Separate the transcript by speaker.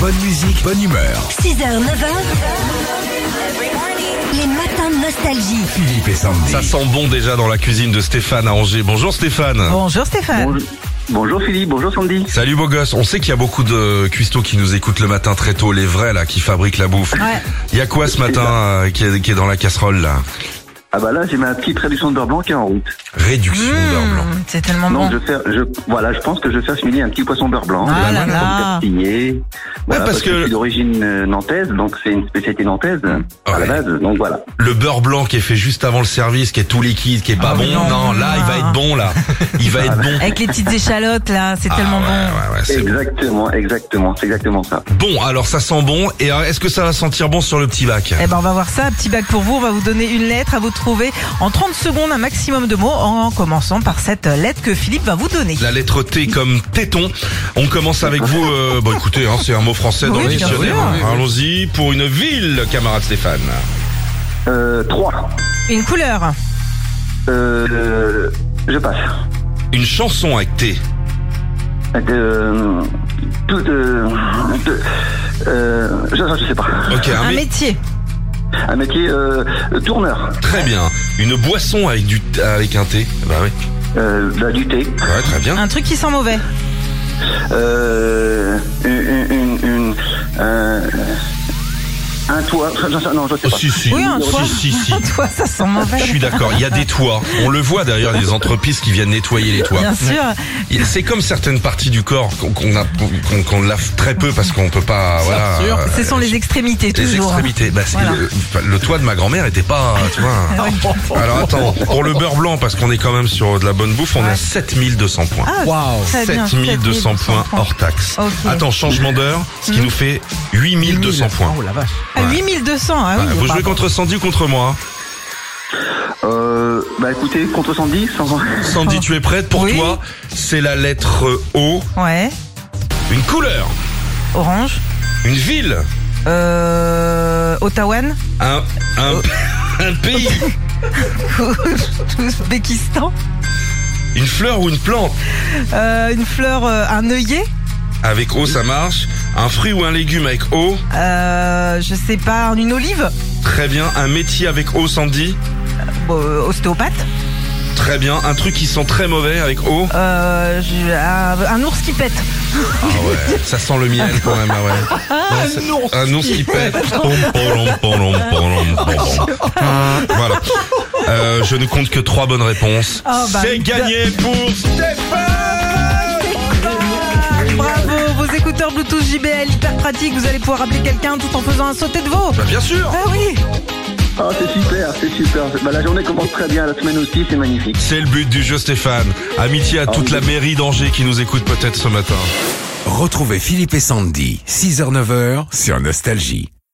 Speaker 1: Bonne musique, bonne humeur.
Speaker 2: 6h, 9h. Les matins de nostalgie.
Speaker 1: Philippe et Sandy.
Speaker 3: Ça sent bon déjà dans la cuisine de Stéphane à Angers. Bonjour Stéphane.
Speaker 4: Bonjour Stéphane.
Speaker 5: Bonjour. Bonjour Philippe, bonjour Sandy.
Speaker 3: Salut beau gosse. On sait qu'il y a beaucoup de cuistots qui nous écoutent le matin très tôt, les vrais là, qui fabriquent la bouffe.
Speaker 4: Ouais.
Speaker 3: Il y a quoi ce matin euh, qui, est, qui est dans la casserole là
Speaker 5: Ah bah là j'ai ma petite réduction de beurre blanc qui est en route.
Speaker 3: Réduction d'heure blanc.
Speaker 4: Mmh, c'est tellement
Speaker 5: Non,
Speaker 4: bon.
Speaker 5: je vais faire, je, voilà, je pense que je vais faire fumer un petit poisson beurre blanc.
Speaker 4: Ah là
Speaker 5: Voilà,
Speaker 4: là.
Speaker 5: comme persillé. Voilà,
Speaker 3: parce
Speaker 5: parce, que,
Speaker 3: que-
Speaker 5: je suis d'origine euh, nantaise, donc c'est une spécialité nantaise à
Speaker 3: Ouais.
Speaker 5: la base. Donc voilà.
Speaker 3: Le beurre blanc qui est fait juste avant le service, qui est tout liquide, qui est pas
Speaker 4: Ah,
Speaker 3: bon.
Speaker 4: mais non.
Speaker 3: non, là il va être bon là. Il va être bon.
Speaker 4: Avec les petites échalotes là, c'est
Speaker 3: Ah,
Speaker 4: tellement
Speaker 3: ouais,
Speaker 4: bon.
Speaker 3: ouais, ouais, c'est bon.
Speaker 5: Exactement, exactement, c'est exactement ça.
Speaker 3: Bon, alors ça sent bon. Et euh, est-ce que ça va sentir bon sur le petit bac
Speaker 4: Eh ben on va voir ça, petit bac pour vous, on va vous donner une lettre à vous trouver en 30 secondes un maximum de mots en commençant par cette lettre que Philippe va vous donner.
Speaker 3: La lettre T comme téton. On commence avec vous. euh, bon, écoutez, hein, c'est un mot français dans
Speaker 4: Oui,
Speaker 3: le
Speaker 4: bien
Speaker 3: dictionnaire.
Speaker 4: sûr.
Speaker 3: hein. Allons-y pour une ville, camarade Stéphane.
Speaker 5: Euh, 3.
Speaker 4: Une couleur,
Speaker 5: Euh, je passe.
Speaker 3: Une chanson avec T.
Speaker 5: Euh, tout, euh, de- euh, je, je sais pas.
Speaker 3: Ok, un
Speaker 4: Ah, un
Speaker 3: mé-
Speaker 4: métier,
Speaker 5: Un métier euh, tourneur,
Speaker 3: Très bien. Une boisson avec du avec un T. Bah oui.
Speaker 5: euh, bah, du thé.
Speaker 3: Ouais, très bien.
Speaker 4: un truc qui sent mauvais,
Speaker 5: Euh, une, une, une- une- euh, un toit. j'en sais- Non, je sais
Speaker 3: Oh,
Speaker 5: pas.
Speaker 3: si, si.
Speaker 4: Oui, un
Speaker 3: si,
Speaker 4: toit.
Speaker 3: si, si.
Speaker 4: un toit ça sent
Speaker 3: Je
Speaker 4: mauvais.
Speaker 3: suis d'accord. Il y a des toits. On le voit d'ailleurs des entreprises qui viennent nettoyer les toits.
Speaker 4: Bien sûr,
Speaker 3: Il- C'est comme certaines parties du corps qu'on qu'on a- qu'on- qu'on lave très peu parce qu'on peut pas. Voilà. euh,
Speaker 4: ce sont les extrémités
Speaker 3: Les
Speaker 4: toujours.
Speaker 3: extrémités. Bah, c'est
Speaker 4: Voilà. Ah
Speaker 3: le, enfin, le toit de ma grand-mère était pas. Tu vois. Alors attends, pour le beurre blanc, parce qu'on est quand même sur de la bonne bouffe, on est à 7200 points.
Speaker 4: Ah, très bien,
Speaker 3: 7200 points hors taxe.
Speaker 4: Ok. Hmm
Speaker 3: Attends, changement d'heure, ce qui nous fait 8200 points.
Speaker 4: Ah, 8200, ah oui.
Speaker 3: Ouais, vous
Speaker 4: bah,
Speaker 3: jouez contre Sandy ou contre moi hein
Speaker 5: Euh, bah écoutez, contre 110, sans...
Speaker 3: Sandy, tu es prête Pour
Speaker 4: Oui.
Speaker 3: toi, c'est la lettre O.
Speaker 4: Ouais,
Speaker 3: Une couleur,
Speaker 4: orange,
Speaker 3: une ville,
Speaker 4: euh, Ottawan,
Speaker 3: un,
Speaker 4: Oh.
Speaker 3: un, un pays,
Speaker 4: Ouzbékistan,
Speaker 3: une fleur ou une plante.
Speaker 4: euh, une fleur, euh, un œillet,
Speaker 3: Avec O, ça marche. Un fruit ou un légume avec O.
Speaker 4: euh, je sais pas, une olive,
Speaker 3: Très bien. Un métier avec O, Sandy.
Speaker 4: euh, ostéopathe,
Speaker 3: Très bien. Un truc qui sent très mauvais avec O.
Speaker 4: euh, je- un, un ours qui pète.
Speaker 3: Ah ouais. Ça sent le miel quand même. Ah ouais. Non, c'est- un ours qui pète. Pom, pom, pom, pom, pom, pom, pom. Voilà. Euh, je ne compte que trois bonnes réponses.
Speaker 4: Ah, bah,
Speaker 3: C'est gagné pour Stéphane
Speaker 4: Ah, Bravo, vos écouteurs Bluetooth JBL, hyper pratique, vous allez pouvoir appeler quelqu'un tout en faisant un sauté de veau.
Speaker 3: Bah, Bien sûr
Speaker 4: Ah oui
Speaker 5: Ah, c'est super, c'est super. Bah, la journée commence très bien, la semaine aussi, c'est magnifique.
Speaker 3: C'est le but du jeu Stéphane. Amitié à toute la mairie d'Angers qui nous écoute peut-être ce matin.
Speaker 1: Retrouvez Philippe et Sandy, 6h-9h sur Nostalgie.